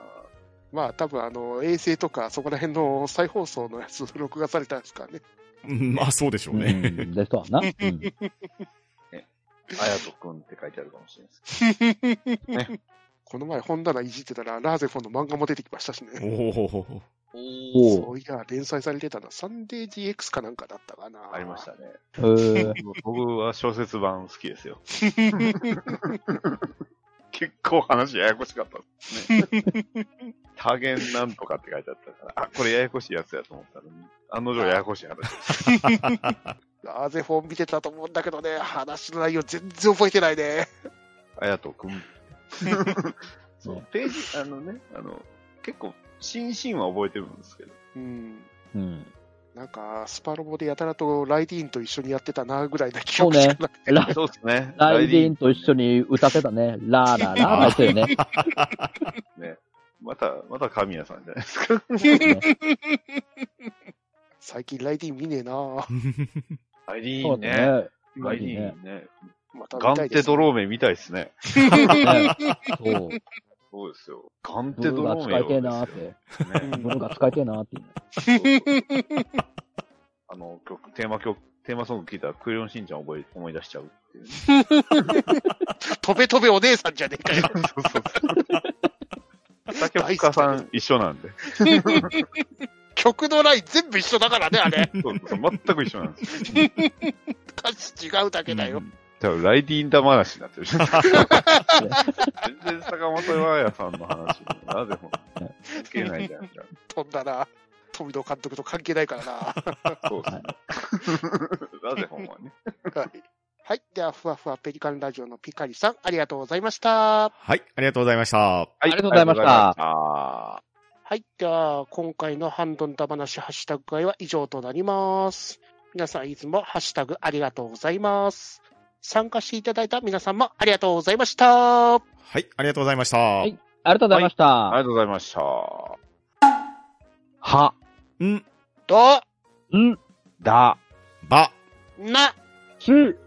C: まあ多分あの、衛星とかそこら辺の再放送のやつ録画されたんですからね。
D: うんまあ、そうでしょう
B: う
D: ね。
B: ん。でそうやな。うん。
A: あやとくんって書いてあるかもしれないですけ
C: この前本棚いじってたら、ラーゼフォンの漫画も出てきましたしね。
D: おお。
A: ど。
B: お
C: そういや、連載されてたな。サンデー GX かなんかだったかな。
A: ありまし。たね。
B: お。えー
A: 僕は小説版好きですよ。結構話やや こしかったですね。多元なんとかって書いてあったから、あ、これややこしいやつやと思ったのに、案の定ややこしい話。
C: ラーゼフォン見てたと思うんだけどね、話の内容全然覚えてないね。
A: あやとくん。そう、ページ、あのね、あの、結構、新シーンは覚えてるんですけど、
C: うん。
B: うん。
C: なんか、スパロボでやたらとライディーンと一緒にやってたな、ぐらいな記憶しかない。
B: ラ
A: そうですね。
B: ライディーンと一緒
A: に。
B: に歌ってたね。ラーラーラーラーしてるね。
A: また、また神谷さんじゃないですか。
C: 最近ライディーン見ねえな
A: ライディ
B: そ
A: ー
B: う
A: ン
B: だ
A: ね。
B: ね。
A: ライディーンね。
C: また
A: ガ
C: 見た
A: ン
C: いで
A: テ
C: す。
A: ドローメンみたいですね。
B: ねそう。
A: そうですよ。ガン
B: ブ
A: テ
B: ル
A: ド
B: ー
A: ロ
B: が
A: ー
B: 使
A: メン
B: い
A: をで
B: てえ
A: すよ。
B: なーって。
A: ね
B: ブルーが使いてえなーって。
A: あの曲、テーマ曲、テーマソング聞いたらクレヨンしんちゃんを覚え思い出しちゃうっていうね、
C: 飛べ飛べお姉さんじゃねえかよ。
A: そうそうそう。作曲家さん一緒なんで。
C: 曲のライン全部一緒だからね、あれ。
A: そうそう全く一緒なんですよ。
C: 歌詞違うだけだよ。
A: 多分ライディーン話になってる。全然坂本彩さんの話にもなぜも関係ないじゃないです
C: 飛んだな。富野監督と関係ないからな。
A: か。そうですね。 なぜほんまね。
C: はい。はい。では、ふわふわペリカンラジオのピカリさん、ありがとうございました。
D: はい、ありがとうございました。
A: は
B: ありがとうございました
A: ありがとうございました
C: はい。では、今回のハンドンダ話ハッシュタグ会は以上となります。皆さん、いつもハッシュタグありがとうございます。参加していただいた皆さんもありがとうございました。
D: はい、ありがとうございました。
B: いありがとうございまし
A: ありが
B: た。
A: とうございました。
B: は、
D: ん、
C: と、
B: 嗯ん、だ、
D: ば、
C: な、
B: す、